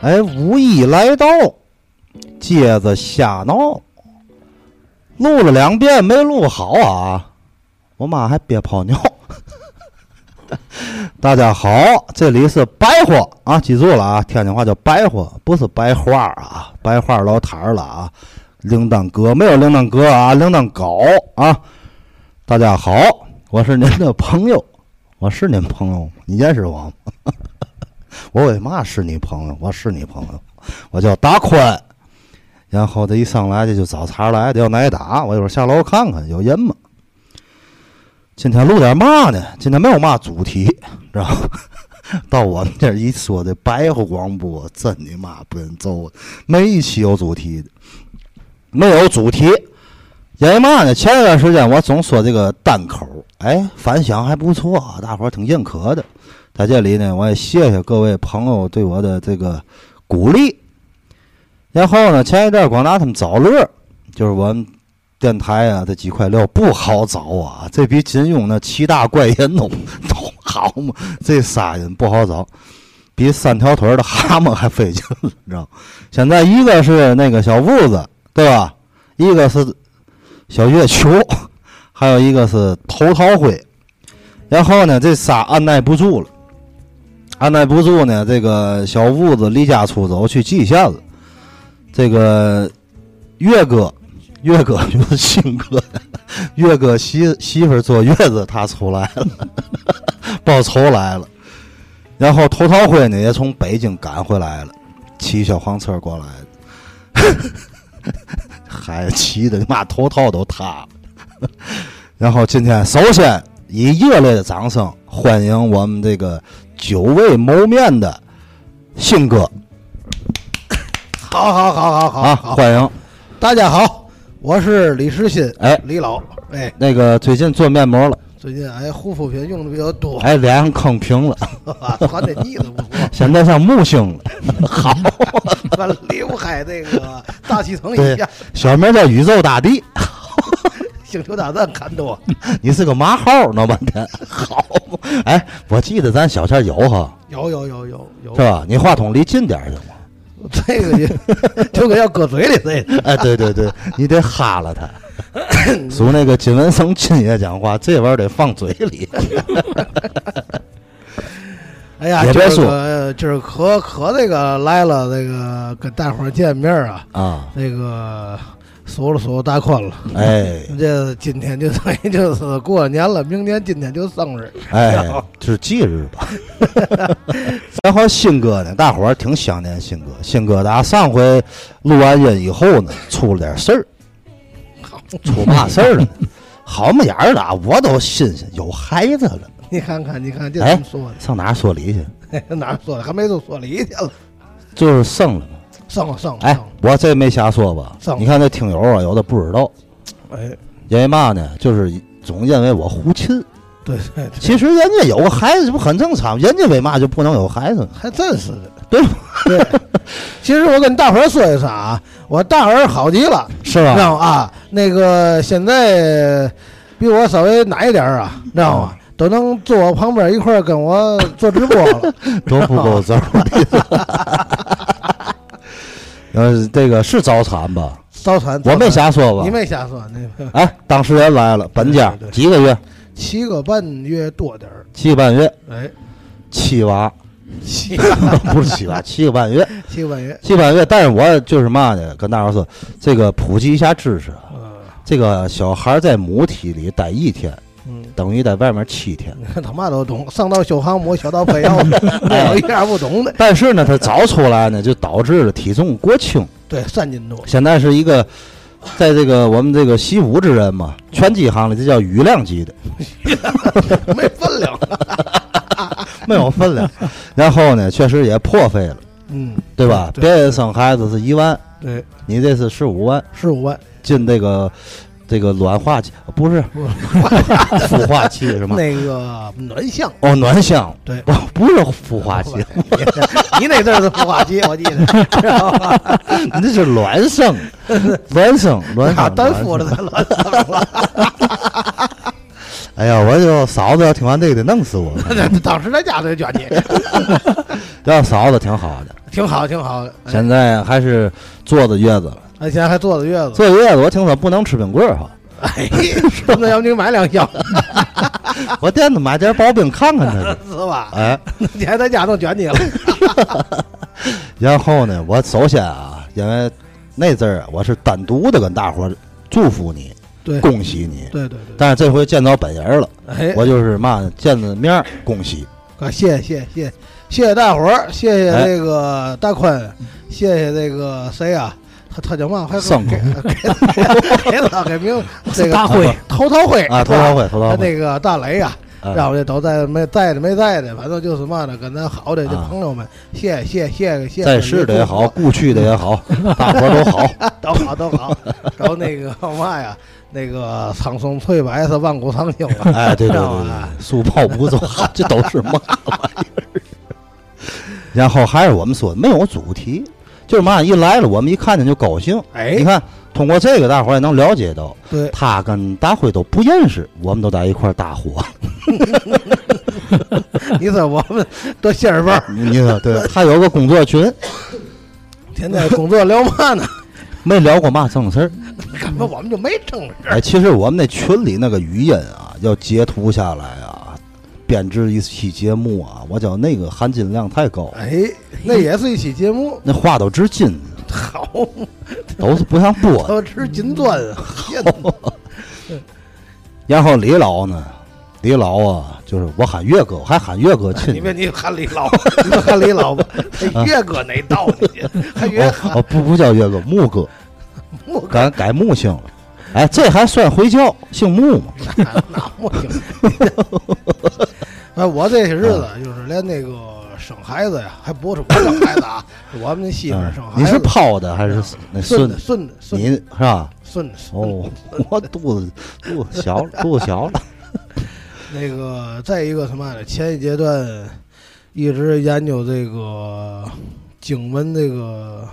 哎，无意来到，接着瞎闹，录了两遍没录好啊！我妈还憋泡尿。 大家好，这里是白话啊，记住了啊，天津话叫白话，不是白话啊，白话老摊儿了啊。铃铛哥没有铃铛哥啊，铃铛狗啊。大家好，我是您的朋友，我是您朋友吗，你认识我吗？我为嘛是你朋友？我是你朋友，我叫大宽。然后这一上来这就找茬来的，要挨打。我一会儿下楼看看有人吗？今天录点嘛呢？今天没有嘛主题，知道吗？ 到我们这儿一说这白话广播，真你妈不人揍我！没一期有主题的，没有主题，因为嘛呢？前一段时间我总说这个单口，哎，反响还不错，大伙儿挺认可的。在这里呢，我也谢谢各位朋友对我的这个鼓励。然后呢，前一阵儿光拿他们找乐儿，就是我们电台啊，这几块料不好找啊，这比金庸那七大怪人都 都好嘛，这仨人不好找，比三条腿儿的蛤蟆还费劲，你知道吗？现在一个是那个小步子，对吧？一个是小月球，还有一个是头桃灰。然后呢，这仨按耐不住了。按耐不住呢，这个小屋子离家出走去蓟县了。这个岳哥，岳哥 就是新哥，岳哥媳媳妇儿坐月子，他出来了， 报仇来了。然后头桃辉呢也从北京赶回来了，骑小黄车过来的， 还骑的妈头套都塌了。然后今天首先以热烈的掌声欢迎我们这个久未谋面的信哥好好好好好啊，好，欢迎！大家好，我是李世新，哎李老，哎，那个最近做面膜了，最近哎护肤品用的比较多，哎，脸上坑平了， 穿的腻子不错，现在像木星了。好，完了离不开这个大气层 一对下，，小名叫宇宙大帝， 星球大战看多，你是个嘛号闹半天。好，哎，我记得咱小前有哈，有有有有有是，吧？你话筒离近点儿行吗？这个 也就跟要搁嘴里这个，哎，对对对，你得哈了它。属那个金文生亲爷讲话，这玩意儿得放嘴里。哎呀，也今别儿个今儿可可这个来了，这个跟大伙儿见面儿啊，啊，这个数了数大宽了。哎这今天就 等于就是过年了，明年今天就生日，哎，是忌日 吧？然后新哥呢，大伙儿挺想念新哥。新哥，咱上回录完音以后呢，出了点事儿， 出嘛事儿了呢？好么眼儿的啊，我都心想有孩子了，你看看，你看这哎怎么说上哪儿说理去？的？ 哪儿说的？还没都说理去了，就是生了嘛。上了上了哎上了，，我这没瞎说吧上？你看这听友啊，有的不知道，哎，因为嘛呢，就是总认为我胡亲。对 对对，其实人家有个孩子，这不很正常？人家为嘛就不能有孩子呢？还真是的。对吧？对，其实我跟大伙儿说一声啊，我大儿好极了，是知？道吗？啊，那个现在比我稍微奶一点儿啊，知道嗯吗？都能坐我旁边一块儿跟我做直播 了，多不够揍的。 呃，这个是早产吧？早产。我没瞎瞎，说你吧？没瞎说，那哎，当事人来了，本家对对对几个月？七个半月多点儿，七个半月，哎，七娃七 不是七娃，七个半月，七个半月，七个半月。但是我就是嘛呢，跟大伙说，这个普及一下知识啊，嗯这个小孩在母体里待一天，嗯。等于在外面七天。你看他嘛都懂，上到修航母，小 到配药，哎没有一样不懂的。但是呢，他早出来呢，就导致了体重过轻。对，三斤多，现在是一个，在这个我们这个习武之人嘛，拳击行里这叫羽量级的，没分量。没有分量。 然后呢，确实也破费了， 嗯，对吧？对别人生孩子是一万，对，你这是十五万，十五万。进这个这个卵化器不是孵化器是 吗？那个暖 箱，哦，暖箱对不不是孵化 器， 你那阵儿是孵化器，我记 得，知道吧？你这是卵 生，卵生卵啊，生。单卵孵生了 才卵生了。哎呀，我就嫂子要听完这个得弄死我。 当时在家就卷你，这嫂子挺好的，挺好，挺好。哎现在还是坐着月子了，以前还坐着月子，坐着月子我听说不能吃冰棍儿哈，哎， 那要不你买两箱我惦着买点薄冰看看他 去。是吧？哎，你还在家弄卷你 了，然后呢，我首先啊，因为那阵儿我是单独的跟大伙儿祝福你，对恭喜你。对对对，但是这回见到本人了，嗯哎，我就是嘛见了面儿恭喜。啊，谢谢谢谢谢谢大伙儿，谢谢哎嗯这个大宽，谢谢这个谁啊？他他叫嘛？还桑给给给老 给名这个大辉头头会啊，头条会，头条会，他那个大雷啊，哎让我这都在没在的没在的，反正就是嘛呢，跟咱好的这啊朋友们，谢谢谢谢谢，在世的也好，，故去的也好，大伙儿都好。啊都好都好。然后那个 嘛呀，那个苍松翠白是万古长青 啊，哎，对对对知道对吧对，速泡不走，这都是嘛玩意儿。 然后还是我们说没有主题，就是嘛，一来了我们一看见就高兴。哎你看通过这个，大伙儿也能了解到，对，他跟大辉都不认识，我们都在一块儿搭伙。你说我们多仙儿辈儿，你说对？ 还有个工作群，天天工作聊嘛呢？没聊过嘛正事儿。根本我们就没正事儿。哎，其实我们那群里那个语音啊，要截图下来啊，编制一期节目啊，我觉得那个含金量太高了，哎，那也是一期节目，那话都值金子，好，都是不像播的。我吃金砖啊，然后李老呢，李老啊，就是我喊岳哥，我还喊岳哥亲你别你喊李老， 你别喊李老 吧，这岳哥哪道理？还岳我我哦不不叫岳哥，木哥，木哥改改木姓了。哎，这还算回教，姓穆嘛？哪木行？ 哎，我这些日子就是连那个生孩子呀，还不是我生孩子 啊，是我们媳妇儿嗯生孩子，你是抛的还是那孙顺的子？顺的顺你的是吧？顺的顺的哦， 我肚子肚子小 了，肚子小了。那个，再一个什么的，前一阶段一直研究这个经文这个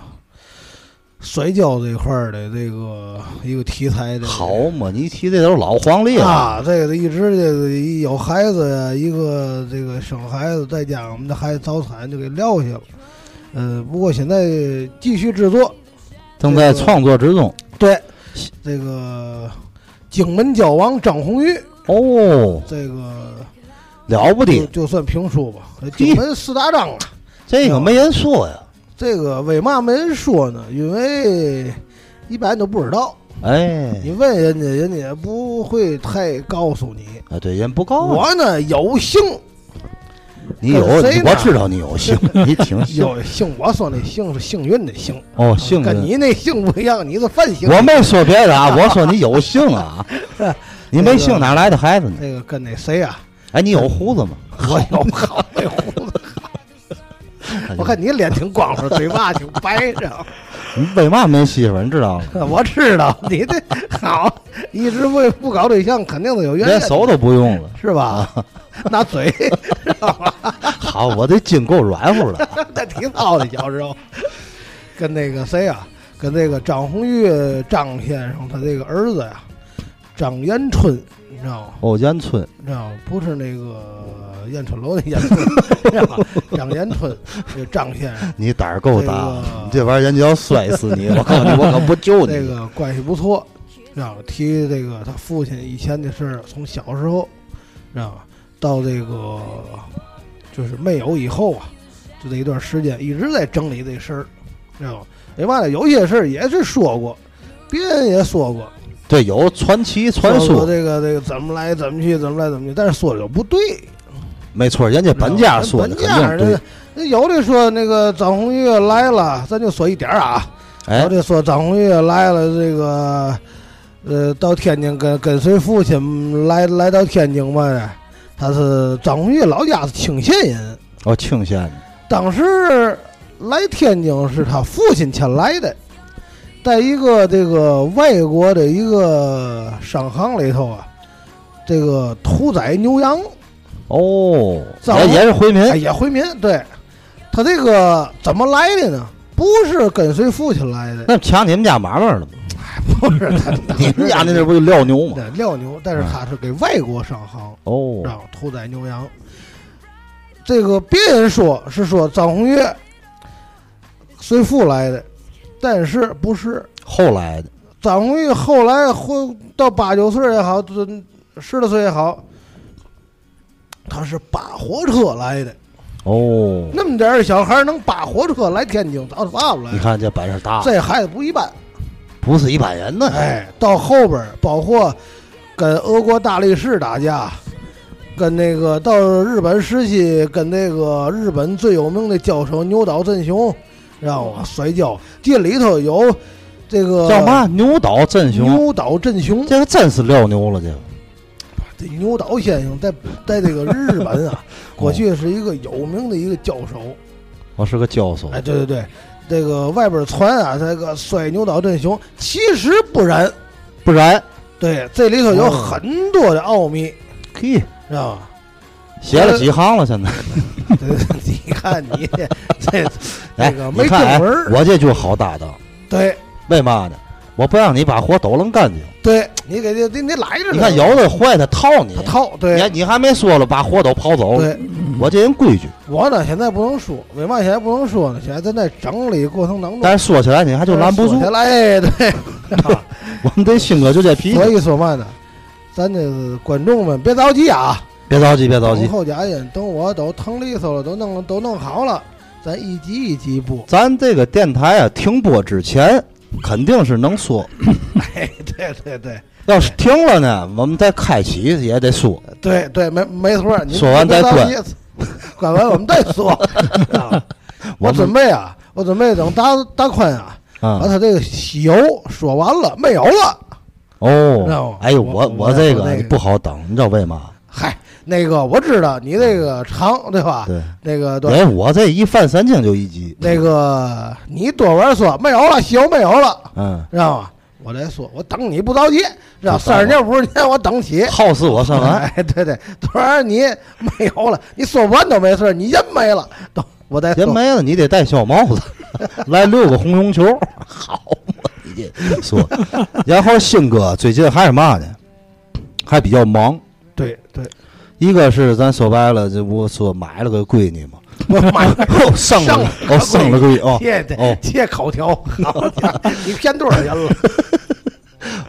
摔跤这一块儿的这个一个题材的好嘛，你一提这都是老黄历了。啊，这个一直这个一有孩子呀，一个这个生孩子，再加上我们的孩子早产就给撂下了。呃，不过现在继续制作，正在创作之中。对这个荆门教王张红玉，哦，这个了不就得，就算评书吧，荆门四大章了。这个没人说呀。这个为嘛没人说呢？因为一般都不知道，哎，你问人家，人家也不会太告诉你。啊，对，人不告诉我呢有幸，你有，跟谁呢我知道你有姓，你挺姓。 有幸，我说那幸是幸运的幸，哦，姓跟你那幸不一样，你是犯幸。我没 说别的啊，我说你有姓啊， 你没姓哪来的孩子呢？这个跟那谁啊，哎，你有胡子吗？ 我有好那胡子， 我看你脸挺光乎，嘴巴挺白着。你为嘛没媳妇儿？你知道吗？ 我知道你这好，一直不不搞对象，肯定是有原因连的，手都不用了。是 吧？拿嘴。好，我这筋够软乎 的。那挺好的，小时候 跟那个谁啊，跟那个张红玉张先生他这个儿子呀、张延春，你知道吗？哦，延春，你知道吗？不是那个燕春楼的燕春， 你知道吗张延春，这个张先生，你胆儿够大这个，你这玩意儿人家要摔死你！我告诉你，我可不救这你。个关系不错，知道吗？提这个他父亲以前的事儿，从小时候，知道吗？到这个就是没有以后啊，就这一段时间一直在整理这事儿，知道吗？哎嘛呢，有些事儿也是说过，别人也说过，对，有传奇传说过说，这个这个怎么来怎么去，怎么来怎么去，但是说的就不对。没错，人家本家知道说吗的本肯家定对人。，那有的说那个张红玉来了，咱就说一点儿啊，哎我，这说张红玉来了，这个呃，到天津跟跟随父亲嗯来来到天津嘛，他是张红玉老家是清县人，哦，庆县的，当时来天津是他父亲前来的，在一个这个外国的一个商行里头啊，这个屠宰牛羊，哦，早也也是回民，哎，也回民，对他这个怎么来的呢？不是跟随父亲来的，那抢你们家买卖 了吗？不是他 当时你们家那阵儿不就撂牛吗？ 对，辽牛，但是啊他是给外国商行哦，让屠宰牛羊。这个别人说是说张红月随父来的，但是不是后来的，张红玉后来活到八九岁也好，这十来岁也好，他是扒火车来的。哦，那么点儿小孩能扒火车来天津，早他爸爸来你了。看这啊本事大，哎这孩子不一般。不是一般人呢。哎，到后边儿包括跟俄国大力士打架，跟那个到日本时期跟那个日本最有名的交手牛岛真雄，让我摔跤，这里头有这个叫嘛？牛岛真雄，牛岛真雄，这个真是撂牛了，这个这牛岛先生在在这个日本啊，过去是一个有名的一个交手。哦我是个教授。哎，对对对，这个外边传啊，这个摔牛岛真雄，其实不然。不然，对，这里头有哦很多的奥秘，嘿，知道吧？写了几行了，现在。对 你看你这这哎，这个没你看，哎正文儿我这就好搭档，对为嘛呢？我不让你把活抖楞干净。对，你给这你你来着呢，你看，有的坏的套你嗯他，套你对还你还没说了，把活都跑走了。对，我这人规矩，我呢现在不能说，为嘛现在不能说呢？现在正在整理过程当中，但是说起来你还就拦不说住起。来，哎嗯 对，啊我们这性格就这脾 所气。以说嘛呢，咱这个观众们别着急啊，别着急，别着急等，后加音，等我都腾利索了，都弄都弄好了，咱一集一集播。 咱这个电台啊，停播之前肯定是能说，哎，对对对要是停了呢，我们再开启也得说。对对，没没错儿。您说完再关别着急， 关完我们再 说。啊我们准备啊，我准备等大大宽啊，啊把，他这个西游说完了，没有了。知道哦吗，哎呦，我我我这我个那个不好等，你知道为嘛？嗨，那个我知道你这个长对吧？对，那个因对，为我这一犯神经就一集。那个你多玩说没有了，西游没有了，嗯，知道吗？我来说，我等你不着急，知道不着三十年五十年我等起。好事我上来，哎，对对，突然你没有了，你说完都没事儿，你人没了，都我再人说没了你得戴小帽子，来六个红绒球，好嘛，你这说。然后新哥最近还是嘛呢？还比较忙，对对，一个是咱说白了，这我说买了个闺女嘛，我买了 哦，生了了个，哦，生了个闺哦切的哦切口条，好家伙，你骗多少人 了？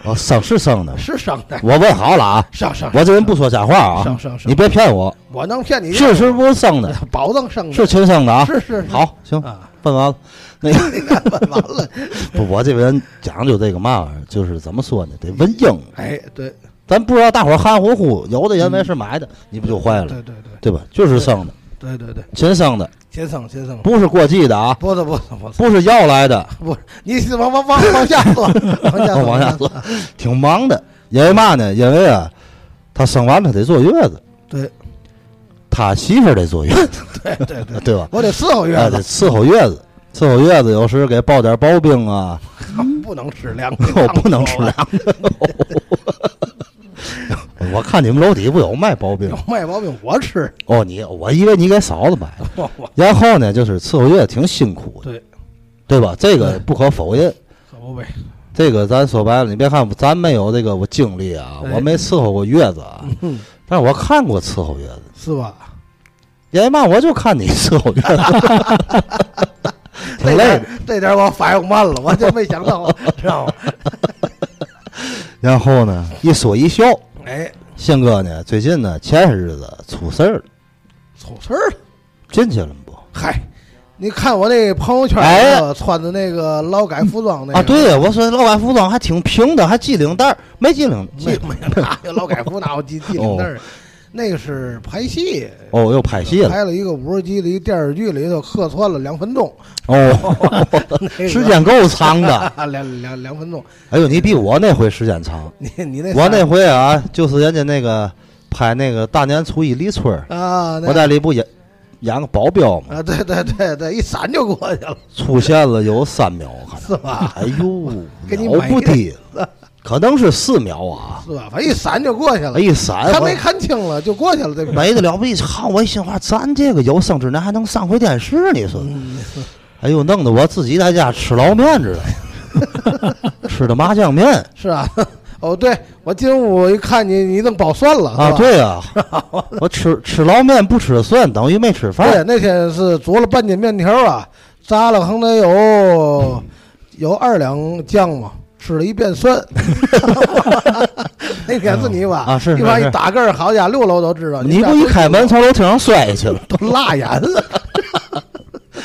哦，生是生的，是上的，我问好了啊，上上，我这人不说瞎话啊生生，生你别骗我，我能骗你是是不是生的？保证上的，是亲生的啊，哎是是是好行，啊，问完了，那个 你看问完了，不，我这个人讲究这个嘛玩意儿，就是怎么说呢，得文英。哎，对咱不知道大伙儿含糊糊，有的认为是买的，你不就坏了，嗯对对对对吧？就是生的，对对对，亲生的，先生先生，不是过继的啊，不是不是不不是是要来的，不是，你是往往往 往下说，往下说，哦 往下说，挺忙的。因为嘛呢？因为啊，他生完了得坐月子，对他媳妇儿得坐月子，对对对，对吧？我得伺候 月哎，子得。伺候月子，伺候月子，有时给抱点刨冰啊，不能吃凉的， 啊我哦不能吃凉的。 我看你们楼底不有卖刨冰有卖毛病我吃，哦，你我以为你给嫂子买了。我我然后呢，就是伺候月挺辛苦的，对，对吧？这个不可否认。可不呗，这个咱说白了，你别看咱没有这个我经历啊，哎我没伺候过月子啊，嗯，但是我看过伺候月子。是吧？因为嘛，我就看你伺候月子，挺这累的。点这点我反应慢了，我就没 想到，知道吗？然后呢，一说一笑，哎，宪哥呢，最近呢，前些日子出事儿了，出事儿了，进去了吗不？嗨，你看我那朋友圈，哎那个穿的那个劳改服装那个啊，对，呀，我说老板服装还挺平的，还系领带儿，没系领系没没哪有劳改服哪有系系领带儿？那个是拍戏，哦，又拍戏了拍了一个五十集的一电视剧里头客串了两 分钟，哦， 那个时间够长的。啊两两两分钟，哎呦，你比我那回时间长。你你那我啥那回啊，就是人家那个拍那个大年初一立春儿，啊，那我在里不演演个保镖嘛，啊，对对对对，一闪就过去了，出现了有三秒，可 能是 吧？哎呦，啊给你了不地，可能是四秒啊，是吧？反正一闪就过去了哎，，一闪，他我没看清了就过去了，这边没得了不一唱，我一心话，咱这个有生之年还能上回电视，你说？哎呦，弄得我自己在家吃捞面知道吗，吃的 麻酱面是啊。 哦，对，我进屋一看你，你弄包蒜了啊，，对啊，我吃吃捞面不吃蒜，等于没吃而且饭，那天是煮了半斤面条啊，扎了可能得有有二两酱吧，吃了一遍酸。 那天是你吧？啊是是一般是一打个儿，好家伙，六楼都知道。你不一开门从楼梯上摔下去了，都辣 眼了。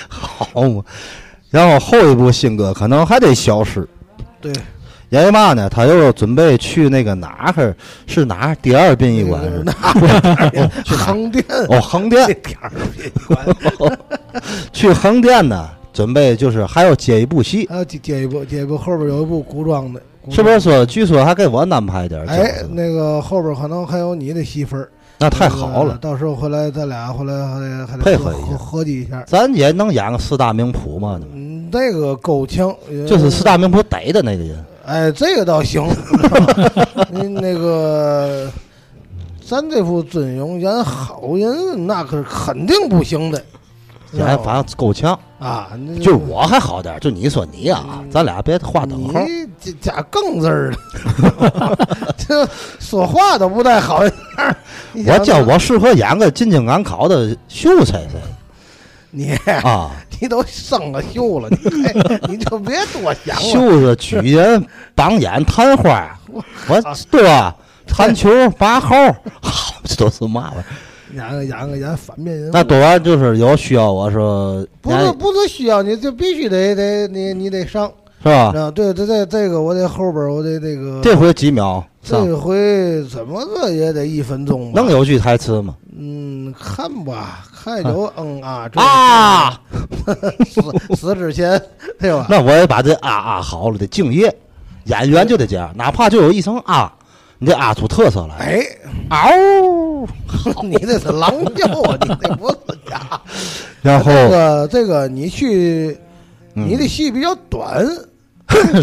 好嘛？然后后一部新歌可能还得消失，对，因为嘛呢？他又准备去那个哪儿？是哪儿？第二殡仪馆是吧？去嗯哪儿？横店 哦，哎横这 店，点儿殡 仪馆，去横店呢，准备就是还要接一部戏，还有接接一部接一部，后边有一部古装的，古是装不是说？据说还给我安排点儿饺嗯哎，子，那个后边可能还有你的戏份儿，那啊太好了。呃到时候回来咱俩回来还得还得配合一下合合计一下。咱也能演个四大名捕吗？你们嗯，那个够呛，呃就是四大名捕逮的那个人，哎，这个 倒行。您那个，咱这副尊容演好人，那可是肯定不行的。知道演吧反正够呛。啊，那就是我还好点儿，就你说你啊，咱俩别画等号。嗯你这加更字儿了， 这说话都不带好样儿。你想我叫我适合演个进京赶考的秀才 噻你，啊！你都生了锈了，你还你就别多想 了。袖子举人、榜眼、探 花，我对吧？弹球、拔号， 好，这都是嘛玩意儿？演个演个演反面人物，那多完就是有需要，我说不是不是需要你，就必须得得你你得上是吧？啊！对对对，这个我得后边我得这个这回几秒上这回怎么着也得一分钟吧能？有句台词吗？嗯，看吧，看有嗯啊这啊！死死之前对吧？那我也把这啊啊好了，得敬业，演员就得这样，哪怕就有一声啊，你得啊出特色来。哎， 嗷、你这是狼叫啊！你这不是 家。然后这个这个，你去哦嗯你的戏比较短，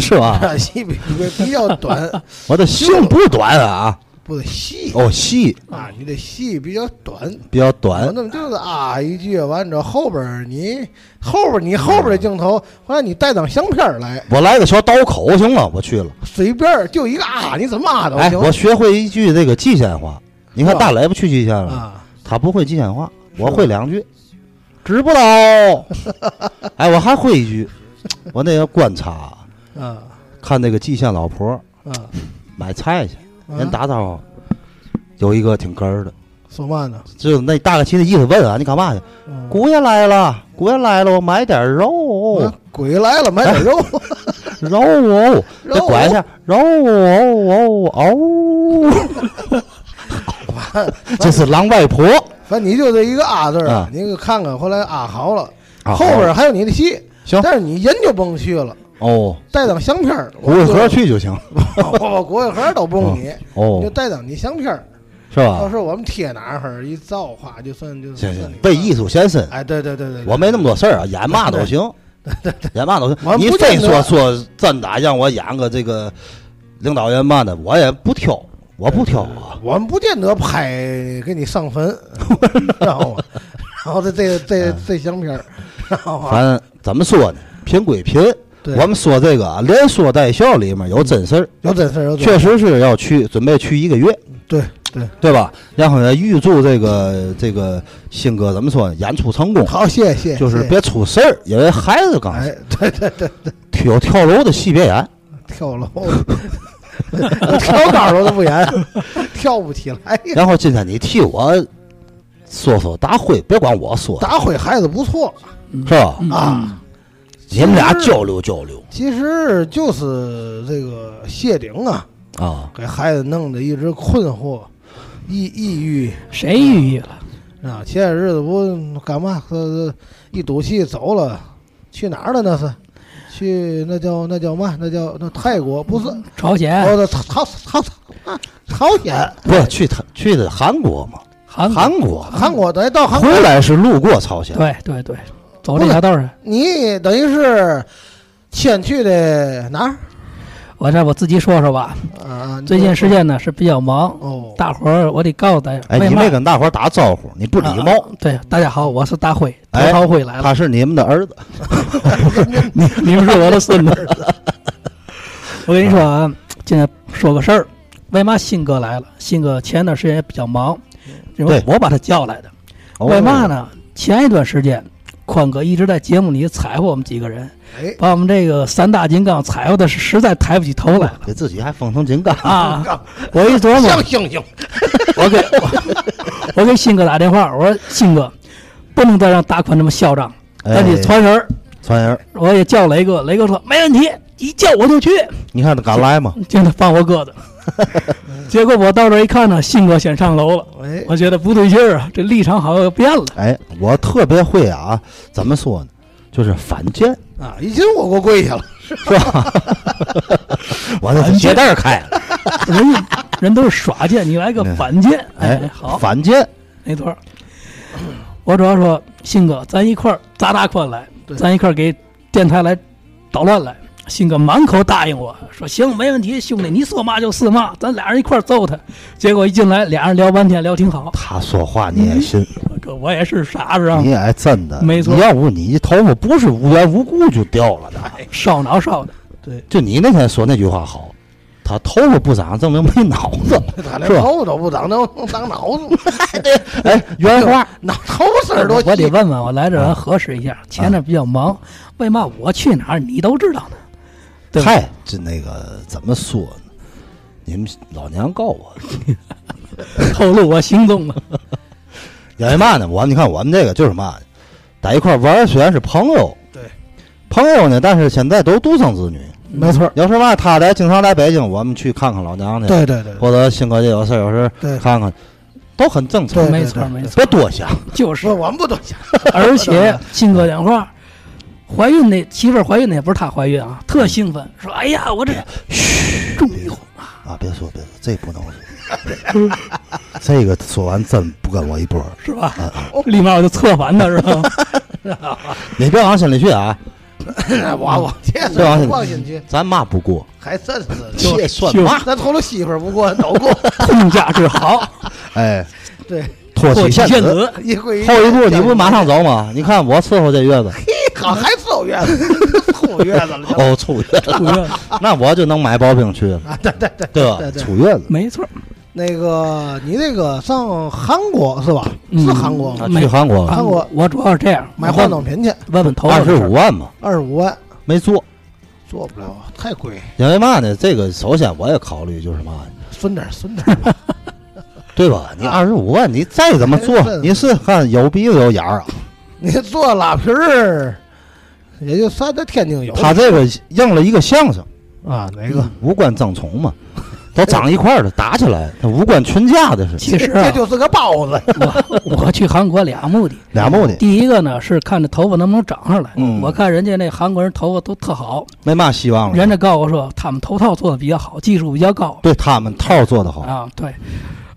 是吧？戏比比较 短，我的性不短啊，不是戏哦，戏啊，你的戏比较短。比较我短，那么就是啊一句，完了之后后边儿你后边儿你后边儿的镜头，后来你带张相片儿来，我来个小刀口行吗？我去了，随便儿就一个啊，你怎么啊都哎，我行学会一句这个蓟县话。你看是吧大磊不去蓟县了，啊。他不会蓟县话，是我会两句，知不道？ 哎，我还会一句，我那个观察啊看那个蓟县老婆啊！买菜去，啊人打招呼，有一个挺哏儿的，说嘛呢？就那大概其的意思问啊，你干嘛去？嗯姑爷来了，姑爷来了，我买点肉 啊，鬼来了，买点肉，哎肉哦，肉再拐一下，肉哦哦 哦， 这是狼外婆反正你就这一个啊字儿啊你给看看，后来啊好了，啊后边儿还有你的戏，行但是你人就甭去了，哦，带张相片儿，骨灰盒去就行我就， 我国会盒都不用你，你就哦，带张你相片儿，是到吧？时候我们贴哪儿一造化，就算就行算行你，为艺术献身，哎，对对对对，我没那么多事儿啊，演嘛 都行，演嘛都我行。们你不非见说得说真的让我演个这个领导人嘛的，我也不挑，我不挑啊。我们不见得拍给你上坟，知道吗？然后这这这这相片儿，知道吗？嗯反正怎么说呢，贫归贫，对嗯我们说这个啊，连说带笑里面有真事儿，有真事儿，有真事确实是要去，准备去一个月，儿对对。对吧？然后呢，预祝这个这个新哥怎么说呢，演出成功，好，谢谢谢谢，就是谢谢别出事儿，因为孩子刚哎，对对对，有跳楼的戏别演，跳楼，跳高楼都不严，跳不起来。 然后今天你替我说说大会，别管我说，打毁孩子不错嗯是吧？啊，你们俩交流交流其实就是这个谢顶啊，啊，给孩子弄得一直困惑、抑抑郁谁寓意了？啊。前些日子不干嘛，呃一赌气走了，去哪儿了那是？去那叫那叫嘛？那叫那泰国不是？朝鲜、哦，朝朝朝朝鲜、不是去他去的韩国嘛？韩国，韩国韩国，等于到韩国回来是路过朝鲜，对对对，走这条道上。你等于是先去的哪儿我这我自己说说吧，嗯啊？最近时间呢是比较忙，哦，大伙儿我得告诉大家，哎，为你嘛没跟大伙儿打招呼，你不礼貌。啊对，大家好，我是大辉，陶哎陶辉来了。他是你们的儿子，你你们是我的 孙子。我跟你说啊，今天说个事儿，为嘛新哥来了？新哥前段时间也比较忙，因对为哦我把他叫来的。为嘛呢？前一段时间，宽哥一直在节目里踩过我们几个人，哎，把我们这个三大金刚踩过的是实在抬不起头来了给自己还封成金刚，啊！ 我一琢磨像，猩猩，我给 我我给鑫哥打电话，我说鑫哥，不能再让大宽这么嚣张，咱得哎传人儿。传人儿，我也叫雷哥，雷哥说没问题，一叫我就去， 你看他敢来吗？就能放我 鸽子。结果我到这儿一看呢，鑫哥先上楼了，哎，我觉得不对劲儿啊，这立场好像又变了。哎，我特别会啊，怎么说呢？就是反间，啊，一进我给我跪下了，是吧？我这鞋带儿开了，人人都是耍剑，你 来个反剑，哎，好，反间，没错儿。我主要说，信哥，咱一块儿砸大宽来，对咱一块儿给电台来捣乱来。信哥满口答应我说行，没问题，兄弟，你说嘛就是嘛，咱俩人一块儿揍他。结果一进来，俩人聊半天，聊挺好。他说话你也信，这我也是傻子啊你，也哎真的，没错你要不你头发不是无缘无故就掉了的，哎烧脑烧的。就你那天说那句话好，他头发不长，证明没脑子，他连是吧？头发都不长，能能长脑子， 哎，原话，脑头丝儿多我得细，问问，我来这儿咱核实一下，前阵比较忙，为嘛我去哪儿你都知道呢？对吧嗨，这那个怎么说呢？你们老娘告我，透露我行踪了。因为嘛呢？我你看我们这个就是嘛，在一块儿玩儿虽然是朋友，对，朋友呢，但是现在都独生子女。没错儿，要是嘛，他来经常来北京，我们去看看老娘去，对对对，或者新哥这有事儿有事对儿看看，都很正常对，没错没错，别多想。就是说。我们不多想， 而且信哥讲话，怀孕那媳妇儿怀孕那也不是她怀孕啊，特兴奋，说：“哎呀，我这嘘，中一红啊啊，别说别说，这不能说，这个说完真不跟我一波儿。是吧？”嗯立马我就策反他，是 吧？你别往心里去啊，哎我我这别往是心放里心去，咱嘛不过，还真 是，这算就嘛？咱除了媳妇儿不过，都 过，控价之好，哎，对，托做起体现现子。 子，一跪嗯后一步你不马上走吗？你看我伺候这 月子，好，还凑月子， 凑月子了，哦，出月子，不愿那我就能买薄冰去了，啊对对对对吧？对出月子，没错，啊那个，你那个上韩国是吧？嗯是韩国吗？啊没去韩国啊看过我主要是这样，买化妆品去，问问头发二的十事儿五万嘛，二十五万没做，做不了，嗯太贵，因为嘛呢？这个首先我也考虑就是嘛，损点儿损点儿。对吧？你二十五万，你再怎么做哎是，你是看有鼻子有眼儿啊？你做拉皮儿，也就算在天津有他嗯这个应了一个相声，啊，哪个？五官争宠嘛，都长一块儿了，打起来，他五官群架的是其实啊这，就是个包子， 我我去韩国俩目的，俩目的，第一个呢是看这头发能不能长上来，嗯哦我看人家那韩国人头发都特好，没嘛希望了。人家告诉我说他们头套做的比较好，技术比较高，对他们套儿做得好，啊，对。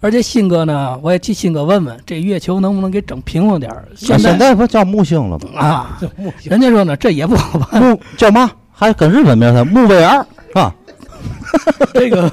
而且信哥呢，我也替信哥问问，这月球能不能给整平衡点儿？啊现现在不叫木星了吗？啊，这木人家说呢，这也不好办，木叫嘛？还跟日本名儿似的，木卫二是吧？这 个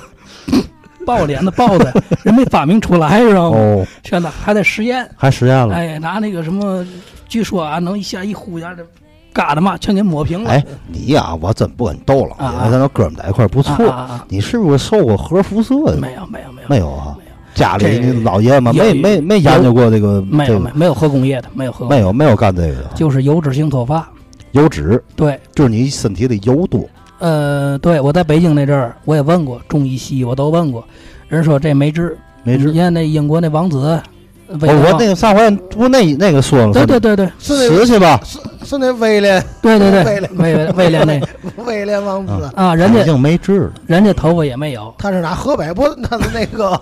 爆脸的豹子，人没发明出来，知道吗？哦，嗯现在还在实验，还实验了。哎，拿那个什么，据说啊，能一下一呼一下的，嘎的嘛，全给抹平了。哎，你呀、我真不跟你逗了，啊啊咱俩哥们在一块儿不啊，错。啊啊你是不是受过核辐射呀？没有没有没有没有啊没有，家里这你老爷们有没有没没研究过这个没这有个没有没有核工业的，没有核工没业，有没有干这个的，就是油脂性脱发。油脂对，就是你身体的油多，呃，对我在北京那阵儿，我也问过中医西医，我都问过，人说这没治，没治你。看那英国那王子，我魏德哦我旺那个上回不那那个说了，对对对对是那死去吧，是是那威廉对对威对，廉威 威廉那威廉王子，啊，人已家经没治了。人家头发也没有，他是拿河北不？ 他是那个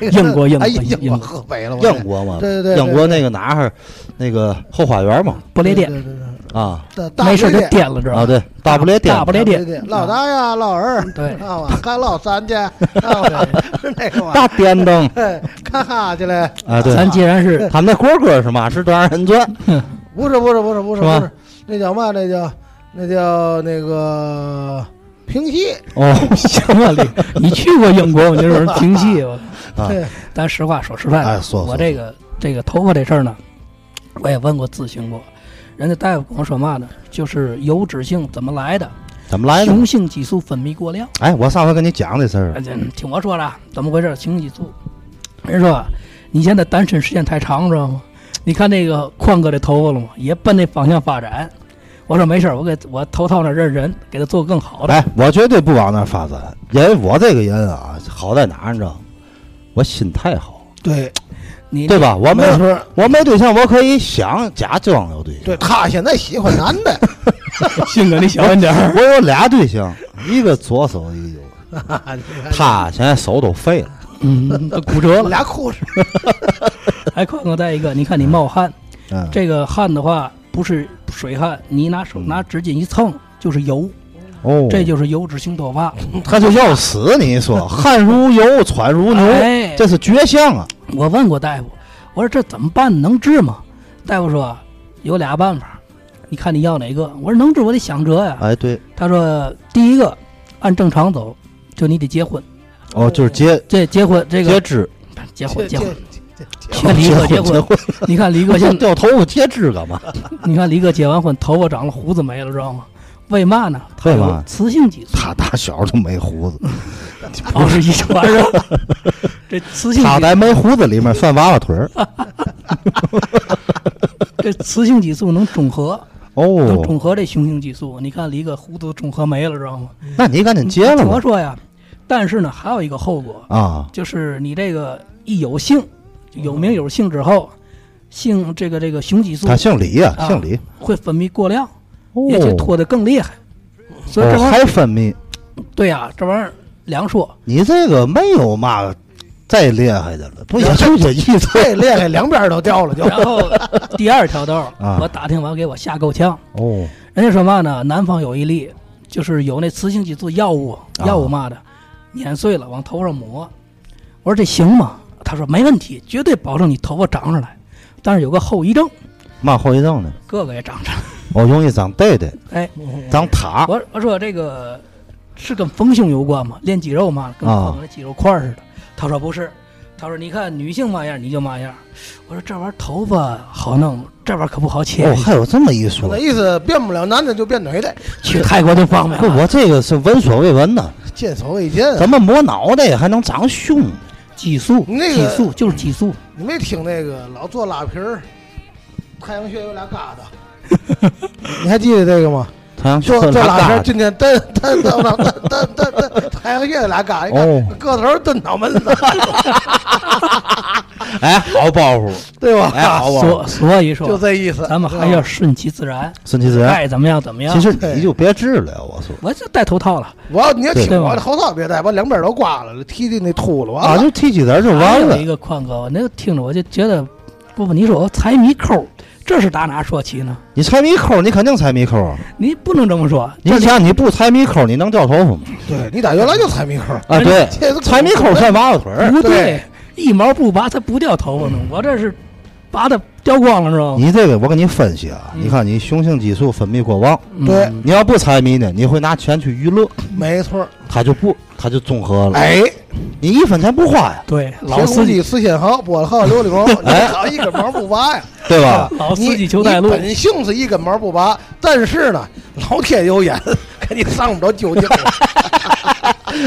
那个英国英国哎英英国国河北了，我英国嘛，对对对对英国那个哪儿那个后花园嘛，不列对颠，对对对，啊大大没事不就列颠颠了，知道啊吗？对，大不列颠大不列对对颠，老大呀，老二，对知啊道吧？还老三去，知道吧？是那个吧？大颠灯哎看哈去了。啊，对，咱既然是他们那国歌是嘛？是多少人转？不是不是不是不是是吧不是，那叫嘛？那叫那叫那个平西，哦，行了，李，你去过英国，我就人停戏我。 啊对，咱实话说实在哎的，说我说这个这个头发这事儿呢，我也问过咨询过，人家大夫跟我说嘛呢，就是油脂性怎么来的， 怎么来的？雄性激素分泌过量。哎，我上回跟你讲这事儿哎，，这听我说的啊，怎么回事？情激素。人说啊，你现在单身时间太长，知道吗？你看那个宽哥这头发了吗？也奔那方向发展。我说没事儿，我给我头套那认识人，给他做更好的。哎，我绝对不往那儿发展，因为我这个人啊，好在哪儿你知道吗？我心态好，对，你对吧？我没没有错，我没对象，我可以想假装有对象。对他现在喜欢男的，性格你小心 点儿。我有俩对象，一个左手，一个右手。啊他现在手都废了，嗯，骨折了。俩故事，哎，宽哥再一个，你看你冒汗，嗯，这个汗的话不是水汗，你拿手嗯拿纸巾一蹭就是油，哦，这就是油脂性脱发。他就要死，你 说汗如油，喘如牛，哎，这是绝项啊！我问过大夫，我说这怎么办？能治吗？大夫说有俩办法，你看你要哪个？我说能治，我得想辙呀。哎，对，他说第一个按正常走，就你得结婚，哦，就是结这结婚这截个肢，结婚结结婚，结结学离结个婚结结婚。婚，你看离哥我现想 掉头发截肢干嘛？你看离哥结完婚，头发长了，胡子没了，知道吗？为嘛呢？他为嘛有雌性激素，他打小就没胡子，哦，是遗传是吧？这雌性 他激在没胡子里面算娃娃腿 儿。这雌性激素能中和，能哦，中和这雄性激素。你看离哥胡子中和没了，知道吗？那你赶紧结了怎么吧说呀？但是呢，还有一个后果，啊！就是你这个一有性，有名有姓之后，性这个这个雄激素他姓李呀，啊姓李，会分泌过量，也就哦，脱得更厉害。所以这哦玩意儿，还分泌，对呀、这玩意儿两说，你这个没有嘛再厉害的了，不也就这意 思？太厉害，两边都掉了就。然 后第二条道儿啊，我打听完给我吓够呛。哦，人家说嘛呢？南方有一例，就是有那雌性激素药物，啊药物嘛的，碾碎了往头上抹。我说这行吗？他说没问题，绝对保证你头发长上来，但是有个后遗症，嘛后遗症呢？个个也长上来。哦，容易长疱疱， 哎，啊长塔。我我说这个是跟丰胸有关吗？练肌肉嘛，跟啊可能肌肉块儿似的。他说不是，他说你看女性嘛样你就嘛样。我说这玩意儿头发好弄，这玩意儿可不好切哦，。还有这么一说那。意思变不了男的就变女的，去泰国就方便不，了。我这个是闻所未闻的，见所未见。怎么磨脑袋还能长胸？激素，那激个素就是激素。你没听那个老做拉皮儿，太阳穴有俩疙瘩， 你还记得这个吗？太阳穴做做拉皮嘎儿，今天蹬蹬蹬蹬蹬蹬蹬，太阳穴有俩疙瘩，你哦看个头蹬脑 门子，哎，好包袱，对哎，吧？好包所袱，所以 就说，这意思。咱们还要顺其自然，顺其自然。爱怎么样怎么样啊其。实你就别治了，我说我就戴头套了。我要你要对听我对的，后套别戴，把两边都刮了，剃的那秃噜啊，啊！就剃几点就还完有了一。个宽哥，我那个听着我就觉得，不不，你说我财迷抠，这是打哪说起呢？你猜迷抠，你肯定猜迷抠啊。你不能这么说，你想你不猜迷抠，你能掉头发吗？对你打原来就踩 迷坑，啊，对，这个猜迷抠算娃娃腿儿。不对对，一毛不拔，它不掉头发呢。我这是拔的掉光了，是吧？你这个我给你分析啊，嗯你看你雄性激素分泌过旺，嗯对你要不猜迷呢，你会拿钱去娱乐，没错儿。他就不，他就综合了。哎，你一分钱不花呀，对，老老司司机机四仙毫，拨了号琉璃光，哎你好一根毛不拔呀！对 吧？老司你机求带你路，本性是一根毛不拔，但是呢，老天有眼， 给你上不着究竟。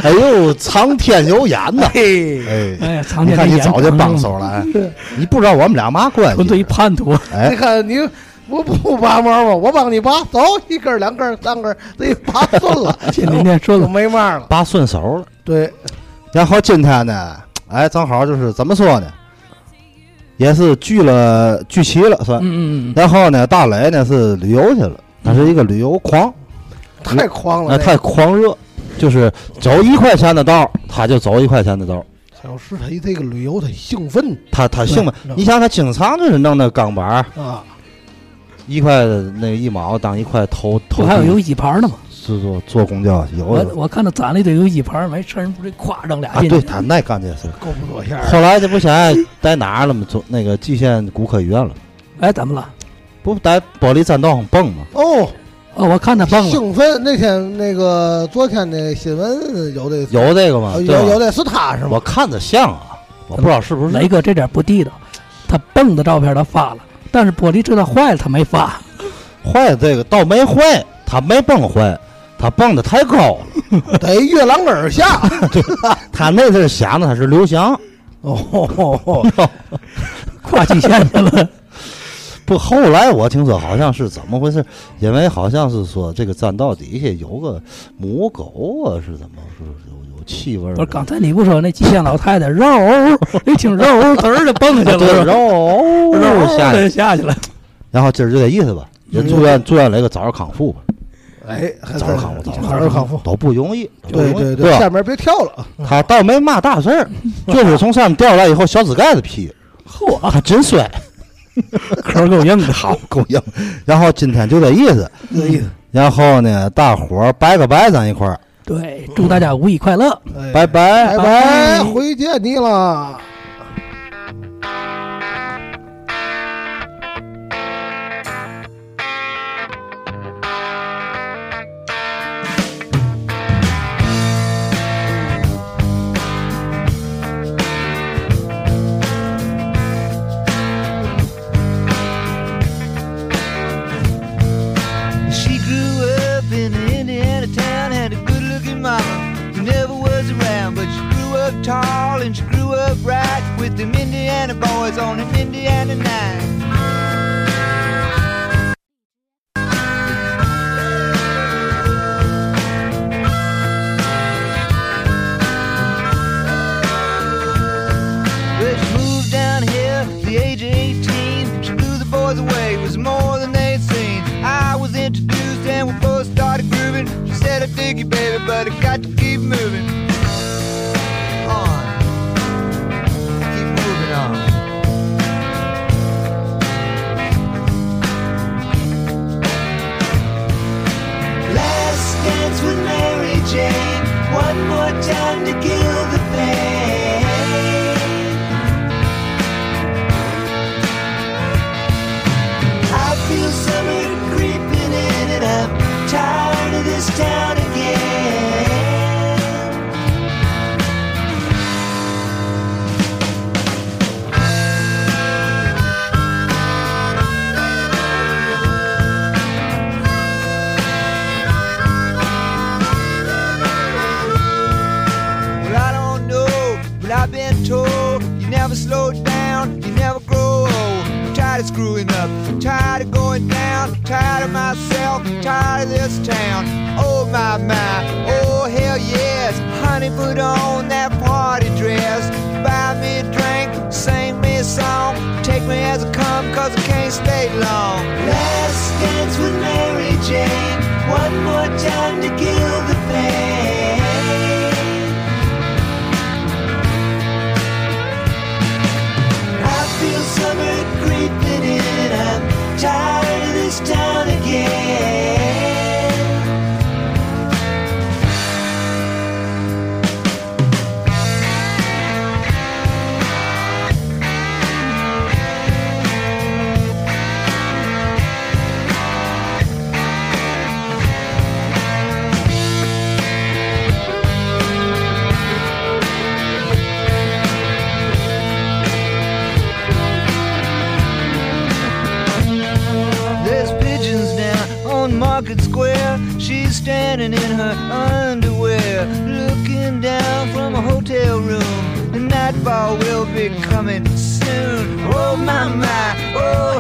哎呦，苍天有眼呐！嘿，哎，哎，藏你见看你眼早就疼帮手了，哎你不知道我们俩嘛关纯粹一系？啊叛徒。你哎，看你，我不拔毛吗？我帮你拔，走一根儿、两根儿、三根儿，这一拔顺了，今天念顺就了，没嘛了。拔顺手了。对，然后今天呢，哎，正好就是怎么说呢，也是聚了聚齐了算。嗯嗯嗯，然后呢，大磊呢是旅游去了，他是一个旅游狂，太狂了，哎，太狂热，就是走一块钱的道儿他就走一块钱的道儿那个小石他这个旅游他兴奋他他兴奋对。你想，他经常就是弄那钢板儿啊，一块那一毛当一块投投不币，还有游戏牌呢吗？坐坐坐公交有我有我看他攒了一堆游戏牌，没趁人不是夸张俩啊，进对去。他爱干这事儿。够不着线儿。后来这不现在在哪儿了吗？走那个蓟县骨科医院了，哎，怎么了？不在玻璃栈道上蹦吗？哦，哦，我看他蹦了。兴奋！那天那个昨天那新闻有这有这个吗？啊有对吧有有这是他是吗我？看着像啊，我不知道是不是雷哥这点不地道，他蹦的照片他发了，但是玻璃这道坏了他没发。坏这个倒没坏，他没蹦坏，他蹦的太高了。得越栏杆儿下。他那阵儿 想的他是刘翔，哦，跨蓟县去了，不，后来我听说好像是怎么回事，因为好像是说这个栈道底下有个母狗啊，是怎么是有有气味儿不的？是，刚才你不说那蓟县老太哎太肉，一听肉 嘚儿就蹦下啊对来了，肉肉下去的下去了。然后今儿就这意思吧，也祝愿祝愿雷哥早日康复吧，哎，还早日康复，早早日康复。都不容易，都不容对易对对吧下面别跳了啊。他倒没嘛大事 儿，就是从上面掉下来以后小指盖子劈，嚯，他真 摔，啊壳够硬的，好 够硬。然后今天就这意思，这意思，然后呢，大伙儿拜个拜，咱一块儿，对，祝大家五一快乐。哎拜拜拜拜，哎回见你了。 She grew up in an Indiana town, had a good looking mama who never was around, but she grew up tall and she grew up right with them Indiana boys on an Indiana night. But she moved down here at the age of 18. She blew the boys away, was more than they'd seen. I was introduced and we both started grooving. She said, I dig you, baby, but I got to keep moving. On. Keep moving on. Last dance with Mary Jane. One more time to kill the pain. I feel summer creeping in, and I'm tired of this town again. Well, I don't know, but I've been told you never slow down, you never grow old. I'm tired of screwing up, tired of going down, tired of myself, tired of this town. Oh my my, oh hell yes, honey, put on that party dress, buy me a drink, sing me a song, take me as I come, cause I can't stay long. Last dance with Mary Jane, one more time to kill the pain. I feel summer creeping in. I'm tired of this town again. There's pigeons down on Market Square. She's standing in her underwear, looking down from a hotel room. The nightfall will be coming soon. Oh my my, oh